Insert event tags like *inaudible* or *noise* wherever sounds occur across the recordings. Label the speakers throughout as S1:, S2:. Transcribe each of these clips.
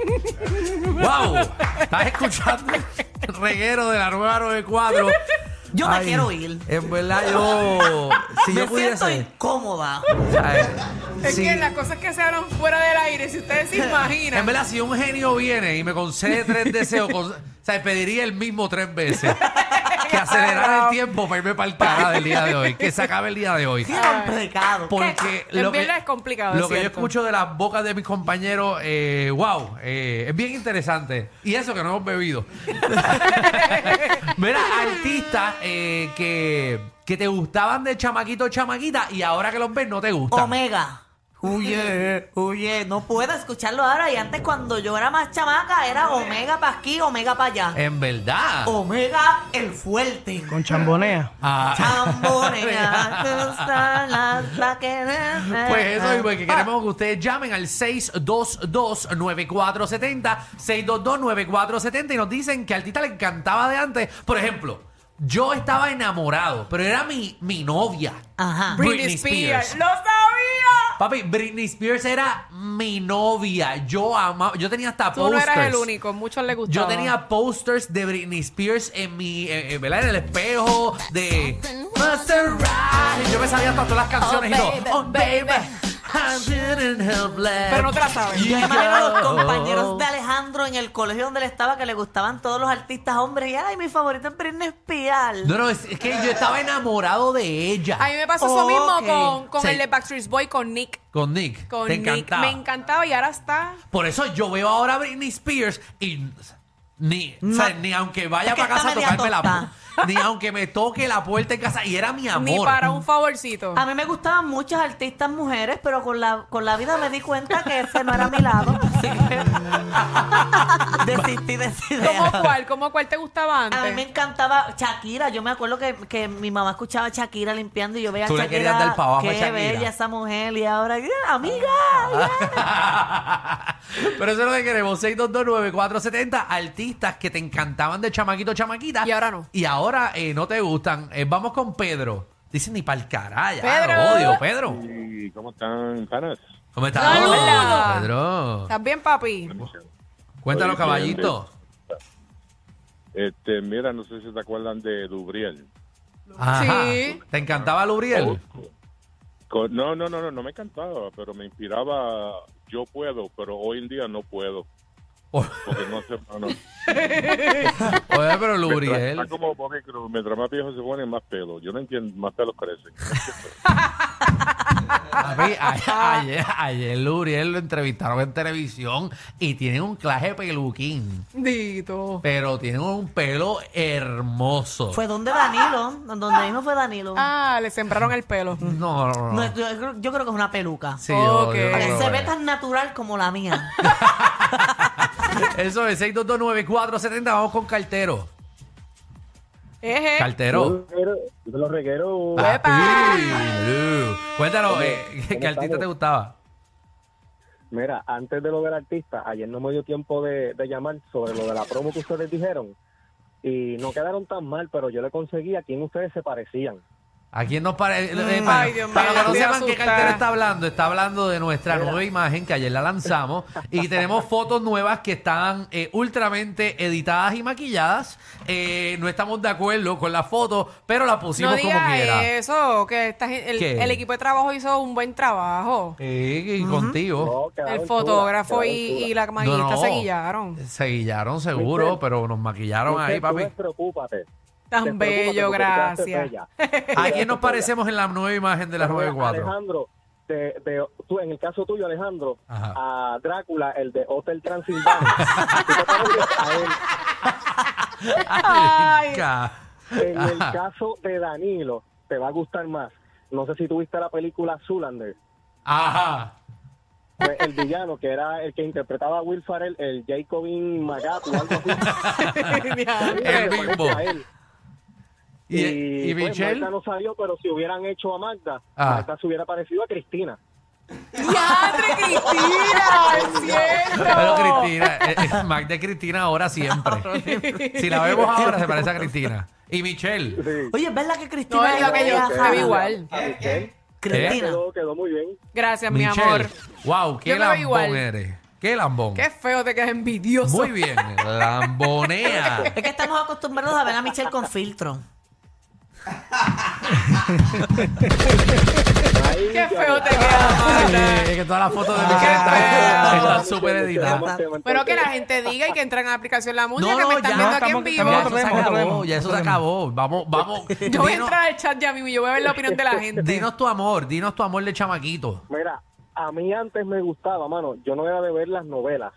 S1: ¡Wow! ¿Estás escuchando el reguero de la nueva 94?
S2: Yo me
S1: Ay,
S2: quiero ir.
S1: En verdad, yo. Si
S2: Me
S1: yo
S2: siento
S1: pudiese.
S2: incómoda.
S1: ¿sabes?
S3: Es
S1: Si-
S3: que las cosas que se hablan fuera del aire, si
S1: *laughs*
S3: ustedes se imaginan.
S1: en verdad, si un genio viene y me concede tres deseos, con- o sea, pediría el mismo tres veces. Que acelerara el tiempo para irme para el carajo del día de hoy. Que se acabe el día de hoy.
S2: Qué complicado.
S1: Porque
S3: En verdad es complicado,
S1: Lo
S3: es
S1: que yo
S3: cierto.
S1: escucho de las bocas de mis compañeros, eh, wow, eh, es bien interesante. Y eso que no hemos bebido. *laughs* Mira, artistas eh, que, que te gustaban de chamaquito o chamaquita y ahora que los ves no te gustan.
S2: Omega. Huye, huye. No puedo escucharlo ahora. Y antes, cuando yo era más chamaca, era Omega para aquí, Omega para allá.
S1: En verdad.
S2: Omega el fuerte.
S4: Con chambonea.
S1: Ah.
S2: *laughs* Chambonea, tus alas, la que- Ah.
S1: Pues
S3: Ah,
S1: eso, y porque queremos que ustedes llamen al 622-9470, 622-9470 y nos dicen que al Tita le encantaba de antes. Por ejemplo, yo estaba enamorado, pero era mi, mi novia.
S2: Ajá.
S3: Ah. Britney, Spears. ¡Lo sabía!
S1: Papi, Britney Spears era mi novia. Yo amaba, yo tenía hasta
S3: Tú no
S1: posters.
S3: eras el único, muchos les
S1: Yo
S3: gustaba.
S1: tenía posters de Britney Spears en mi, eh, eh, ¿verdad? En el espejo de Maserati. Yo me sabía hasta todas las canciones y todo. Oh, baby, I didn't help that.
S3: Pero no te la sabes.
S2: Yo llamaba a los compañeros de Alejandro en el colegio donde él estaba que le gustaban todos los artistas hombres. Y ay, mi favorito es Britney Spears.
S1: No, no, es, es que yo estaba enamorado de ella.
S3: A mí me pasó
S2: Ok.
S3: eso mismo con, con
S1: Sí.
S3: el de Backstreet Boy, con Nick.
S1: Con Nick.
S3: Con
S1: te
S3: Nick.
S1: encantaba.
S3: Me encantaba y ahora está.
S1: Por eso yo veo ahora a Britney Spears y ni, o sea,
S2: No.
S1: ni aunque vaya
S2: Es que
S1: para casa a
S2: está media
S1: tocarme la puerta, ni aunque me toque la puerta en casa, y era mi amor.
S3: Ni para un favorcito.
S2: A mí me gustaban muchas artistas mujeres, pero con la, con la vida me di cuenta que ese no era mi
S3: *laughs*
S2: lado. Así que desistí de esa idea.
S3: ¿Cómo cuál? ¿Cómo cuál te gustaba antes?
S2: A mí me encantaba Shakira. Yo me acuerdo que, que mi mamá escuchaba a Shakira limpiando y yo veía
S1: Tú le
S2: a Shakira.
S1: querías dar pa' abajo a
S2: qué
S1: Shakira. Ah.
S2: bella esa mujer. Y ahora, ¡eh, amiga.
S1: Pero eso es lo que queremos, 6229470, artistas que te encantaban de chamaquito, chamaquita.
S3: Y ahora no.
S1: Y ahora eh, no te gustan. Eh, vamos con Pedro. Dicen ni pa'l caraya.
S3: Pedro.
S1: odio, Pedro.
S5: ¿Y cómo están, canas?
S1: ¿Cómo estás?
S3: Hola.
S1: Pedro.
S3: ¿Estás bien, papi?
S1: Cuéntanos,
S5: Estoy bien,
S1: caballito.
S5: Este, mira, no sé si te acuerdan de Dubriel.
S1: Ajá.
S3: Sí.
S1: ¿Te encantaba Lubriel?
S5: Co- No, no, no, no, no me encantaba, pero me inspiraba. Yo puedo, pero hoy en día no puedo.
S1: Oh.
S5: Porque no sé, no, no.
S1: Oye, pero
S5: Mientras-
S1: Lubriel.
S5: está como Bobby Cruz, mientras más viejo se pone, más pelo. Yo no entiendo, más pelos crecen.
S1: Papi, a- ayer, ayer Luriel lo entrevistaron en televisión y tiene un claje peluquín,
S3: Dito.
S1: pero tiene un pelo hermoso.
S2: Fue donde Danilo. Donde mismo fue Danilo.
S3: Ah, le sembraron el pelo.
S1: No, no, no.
S2: No, yo, yo creo que es una peluca.
S1: Sí, yo-
S3: Ok.
S1: yo
S2: Para
S1: creo
S2: que se
S1: que-
S2: ve tan natural como la mía.
S1: Eso es 6229470, vamos con Cartero.
S3: Eje.
S1: Cartero.
S5: Los regueros.
S3: ¿Eh? Epa.
S1: Papi, Lu. Cuéntanos, eh, ¿qué artista te gustaba?
S6: Mira, antes de lo del artista, ayer no me dio tiempo de, de llamar sobre lo de la promo que ustedes dijeron. Y no quedaron tan mal, pero yo le conseguí a quién ustedes se parecían.
S1: ¿A quién nos parece?
S3: Mm. Ay, Dios
S1: eh, para
S3: mío,
S1: los que no
S3: estoy
S1: sepan qué
S3: asustada.
S1: cartera está hablando, está hablando de nuestra nueva imagen que ayer la lanzamos y tenemos fotos nuevas que están eh, ultramente editadas y maquilladas. Eh, no estamos de acuerdo con la foto, pero la
S3: No
S1: pusimos como
S3: digas
S1: quiera.
S3: eso, que esta gen- el,
S1: ¿Qué?
S3: el equipo de trabajo hizo un buen trabajo.
S1: Eh, y contigo.
S6: No, quedaron
S3: El
S6: chulas,
S3: fotógrafo y, y
S6: quedaron chulas.
S3: la maquillista
S1: No, no.
S3: se guillaron.
S1: Se guillaron seguro,
S6: Mister,
S1: pero nos maquillaron
S6: Mister,
S1: ahí,
S6: tú
S1: papi.
S6: despreocúpate.
S3: Tan
S6: Despreocúpate
S3: bello,
S6: porque tú te haces
S3: gracias.
S6: bella.
S1: *laughs* ¿A quién nos parecemos en la nueva imagen de la 94?
S6: Alejandro, de, de- tú, en el caso tuyo, Alejandro,
S1: Ajá.
S6: a Drácula, el de Hotel
S1: *laughs*
S6: Transilvania. Tú te pareces a él.
S1: *laughs* Ay, ca-
S6: En el
S1: Ajá.
S6: caso de Danilo, te va a gustar más. No sé si tuviste la película Zulander.
S1: Ajá.
S6: Fue el villano, que era el que interpretaba a Will Farrell, el Jacobin Magat o algo así.
S1: El
S6: Se
S1: mismo.
S6: parece a él.
S1: Y, y
S6: pues,
S1: Michelle.
S6: Magda no salió, pero si hubieran hecho a Magda,
S1: Ah.
S6: Magda se hubiera parecido a Cristina.
S3: ¡Diatre, Cristina!
S1: *laughs*
S3: ¡Es
S1: Pero
S3: cierto!
S1: Cristina, eh, eh, Mac de Cristina ahora
S3: *laughs*
S1: siempre. si la vemos ahora, se parece a Cristina. Y Michelle.
S6: Sí.
S2: Oye, es verdad que
S3: No,
S2: Cristina
S3: es lo que yo
S2: Ajá.
S3: me veo igual.
S6: A Michelle.
S2: Cristina.
S6: Quedó, quedó muy bien.
S3: Gracias, mi
S1: Michelle.
S3: amor.
S1: Wow, qué
S3: Yo me veo
S1: lambón
S3: igual.
S1: eres. Qué lambón.
S3: Qué feo, te quedas envidioso.
S1: Muy bien.
S3: *laughs*
S1: Lambonea.
S2: Es que estamos acostumbrados a ver a Michelle con filtro.
S6: Ahí
S3: ¡Qué
S6: ya-
S3: feo te quedas, Marta!
S1: Oye, es que todas las fotos de
S3: Qué
S1: Michelle
S3: feo.
S1: están- están
S6: Michelle,
S1: súper
S6: Michelle,
S1: editadas.
S6: vamos al tema,
S3: Pero que la
S6: entonces.
S3: gente diga y que entren a la aplicación La Música
S1: No,
S3: que me
S1: no,
S3: están
S1: ya,
S3: viendo aquí
S1: estamos-
S3: en vivo.
S1: ya
S4: otro
S1: eso se
S4: tema, otro
S1: acabó,
S4: tema,
S1: ya eso se
S4: otro tema.
S1: acabó. Vamos, vamos.
S3: Yo voy a
S1: Dinos-
S3: entrar al chat ya mismo y yo voy a ver la opinión de la gente.
S1: Dinos tu amor, dinos tu amor de chamaquito.
S6: Mira, a mí antes me gustaba, mano. Yo no era de ver las novelas,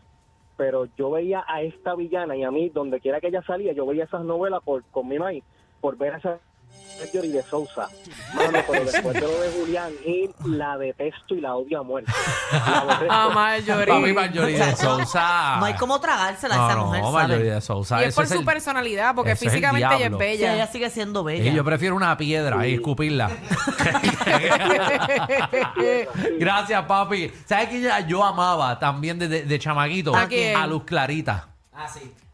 S6: pero yo veía a esta villana y a mí, donde quiera que ella salía, yo veía esas novelas por, con mi maíz, por ver a esa Sergio y de Sousa. Mano, pero después de lo de Julián Gil, la detesto y la odio a muerte. La aborrezco.
S3: A Marjorie.
S1: Papi Marjorie
S3: *laughs*
S1: de
S2: O sea, no-
S1: Sousa.
S2: No hay como tragársela a esa
S1: Ah. No,
S2: mujer,
S1: no,
S2: ¿sabes?
S1: Marjorie de Sousa.
S3: y es
S1: eso
S3: por su
S1: el-
S3: personalidad, porque
S1: eso es el
S3: físicamente ella es
S1: diablo.
S2: Sí,
S3: bella.
S2: ella sigue siendo bella.
S1: Sí, yo prefiero una piedra y
S3: *laughs*
S1: escupirla. Gracias, papi. ¿Sabes que ya yo amaba también de, de- de chamaguito?
S3: ¿A quién?
S1: Luz Clarita.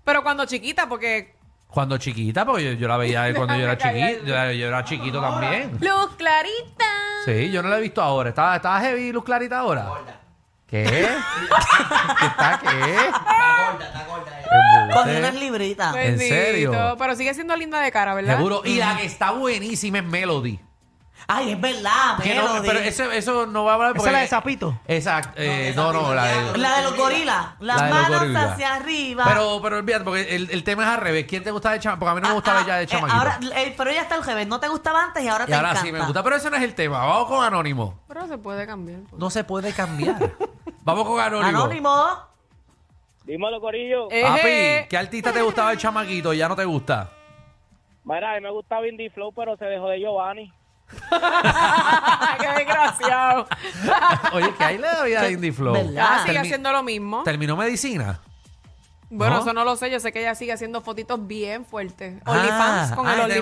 S3: Pero cuando chiquita, porque
S1: Cuando chiquita, porque yo, yo la veía cuando
S3: *laughs*
S1: yo era chiquito. Yo, era- yo era chiquito también.
S3: Luz Clarita.
S1: Sí, yo no la he visto ahora. ¿Estaba, estaba heavy Luz Clarita ahora? ¿Qué? ¿Qué está qué?
S2: Con
S1: Está
S2: unas
S1: gorda,
S2: libritas.
S1: ¿En serio?
S3: Pero sigue siendo linda de cara, ¿verdad?
S1: Seguro. Y la que está buenísima es Melody.
S2: Ay, es verdad,
S1: Que no-
S2: Melody.
S1: pero eso, eso no va a hablar
S4: Esa
S1: porque...
S4: es la de Zapito.
S1: Exacto. eh, no, no, la de...
S2: La de los gorilas. Las
S1: La de los
S2: manos
S1: gorilas.
S2: hacia arriba.
S1: Pero, pero olvídate, porque el, el tema es al revés. ¿Quién te gusta de chamaquito? Porque a mí no me gustaba
S2: Ah,
S1: ella de
S2: eh,
S1: chamaquito.
S2: ahora, eh, pero ella está al revés. No te gustaba antes y ahora
S1: y
S2: te
S1: ahora
S2: encanta.
S1: sí me gusta. Pero ese no es el tema. Vamos con Anónimo.
S3: Pero se puede cambiar. pues.
S1: No se puede cambiar. Vamos con Anónimo.
S2: Anónimo.
S7: Dímelo, Corillo.
S3: Eje.
S1: Papi, ¿qué artista te gustaba de chamaquito y ya no te gusta?
S7: Mira, a mí me gustaba Indie Flow, pero se dejó de Giovanni.
S3: *laughs* ¡Qué desgraciado!
S1: *laughs* Oye, que ahí le da vida a Indie Flow.
S2: ¿Verdad?
S3: Ah,
S2: Ah,
S3: sigue
S1: termi-
S3: haciendo lo mismo.
S1: ¿Terminó medicina?
S3: Bueno,
S1: ¿no?
S3: eso no lo sé. Yo sé que ella sigue haciendo fotitos bien fuertes.
S1: Ah,
S3: OnlyFans con
S1: ah,
S3: el
S1: ¿tiene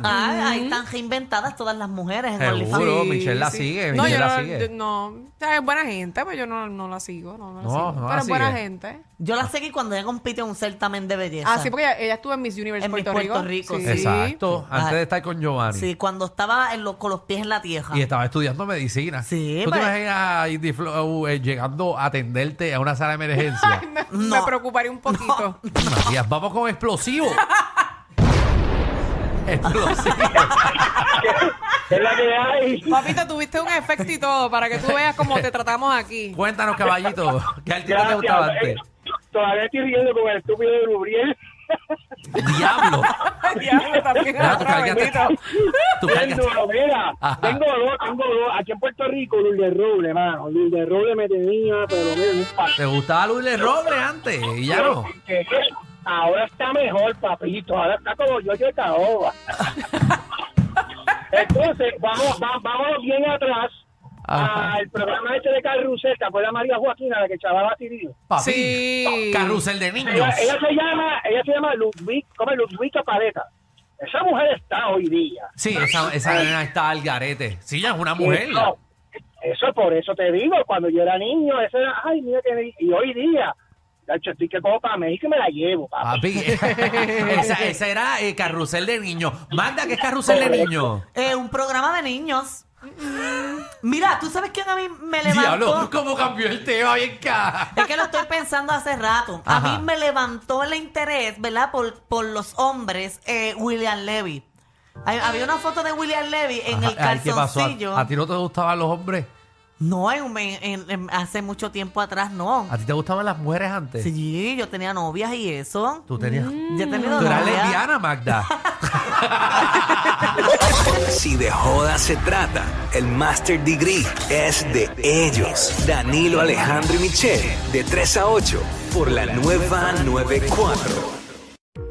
S1: OnlyFans?
S2: Ay, ahí están reinventadas todas las mujeres en
S1: Seguro.
S2: OnlyFans.
S1: Michelle la sigue,
S3: No,
S1: Michelle
S3: yo
S1: la
S3: no,
S1: sigue.
S3: yo no. O sea, es buena gente, pero yo no, no la sigo. No, no la
S1: No,
S3: sigo.
S1: no la
S3: pero es buena
S1: sigue.
S3: gente.
S2: Yo la seguí cuando ella compite en un certamen de belleza.
S3: Ah, sí, porque ella, ella estuvo en Miss Universe
S2: En Miss
S3: Puerto,
S2: Puerto Rico, sí.
S1: Exacto. Antes
S2: Ah.
S1: de estar con Giovanni.
S2: Sí, cuando estaba en lo- con los pies en la tierra.
S1: Y estaba estudiando medicina.
S2: Sí,
S1: ¿Tú
S2: pues.
S1: te imaginas a Indie Flow eh, llegando a atenderte a una sala de emergencia?
S3: Ay, *laughs* me,
S2: No.
S3: me preocuparía un poquito.
S1: Matías, vamos con explosivo. explosivo.
S7: Es la que hay.
S3: Papito, tuviste un efecto y todo para que tú veas cómo te tratamos aquí.
S1: Cuéntanos, caballito. ¿Qué artista te gustaba antes?
S7: Todavía estoy riendo con el estúpido de Lubriel.
S1: Diablo.
S3: Diablo, también
S1: Mira, tú
S3: otra,
S1: cargaste-
S3: bendito.
S1: tú
S7: Bien
S1: cargaste-
S7: duro, mira.
S1: Ajá.
S7: Tengo dos, tengo dos. Aquí en Puerto Rico, Lul de Roble, mano. Lul de Roble me tenía, pero mira, un pa-
S1: ¿Te gustaba Luis Robles antes? Y ya no.
S7: que- que- Ahora está mejor, papito. Ahora está como yo, yo
S1: *laughs*
S7: caoba. Entonces, vamos, va- vamos bien atrás
S1: Ajá.
S7: al programa este de Carrusel. ¿Te acuerdas María Joaquina, la que chavaba tirillo?
S1: Papi.
S3: Sí.
S1: Carrusel de niños.
S7: Ella, ella se llama, ella se llama Ludwig, ¿cómo es Ludwig Paleta. Esa mujer está hoy día.
S1: Sí, esa, esa nena está al garete. Sí, ella es una mujer.
S7: Eso, eso por eso te digo, cuando yo era niño, eso era, ay, mira que me- y hoy día, la estoy que cojo para México y me la llevo, papá.
S1: Papi, *laughs* esa, esa era eh, carrusel de niños. Magda, ¿qué es carrusel de niños?
S2: Eh, un programa de niños. Mira, ¿tú sabes quién a mí me
S1: Diablo,
S2: levantó?
S1: ¿cómo cambió el tema bien cara?
S2: Es que lo estoy pensando hace rato.
S1: Ajá.
S2: A mí me levantó el interés, ¿verdad? Por, por los hombres, eh, William Levy. Hay- había una foto de William Levy en el
S1: Ajá, ay, ¿qué pasó?
S2: calzoncillo.
S1: ¿A, a ti no te gustaban los hombres?
S2: No, en- en- en- hace mucho tiempo atrás no.
S1: ¿A ti te gustaban las mujeres antes?
S2: Sí, Mm, yo tenía novias y eso.
S1: Tú tenías...
S2: Yo he tenido
S1: Tú eras
S2: novias.
S1: lesbiana, Magda.
S8: Si de joda se trata, el Master Degree es de ellos. Danilo Alejandro y Michelle, de 3 a 8, por la nueva 94.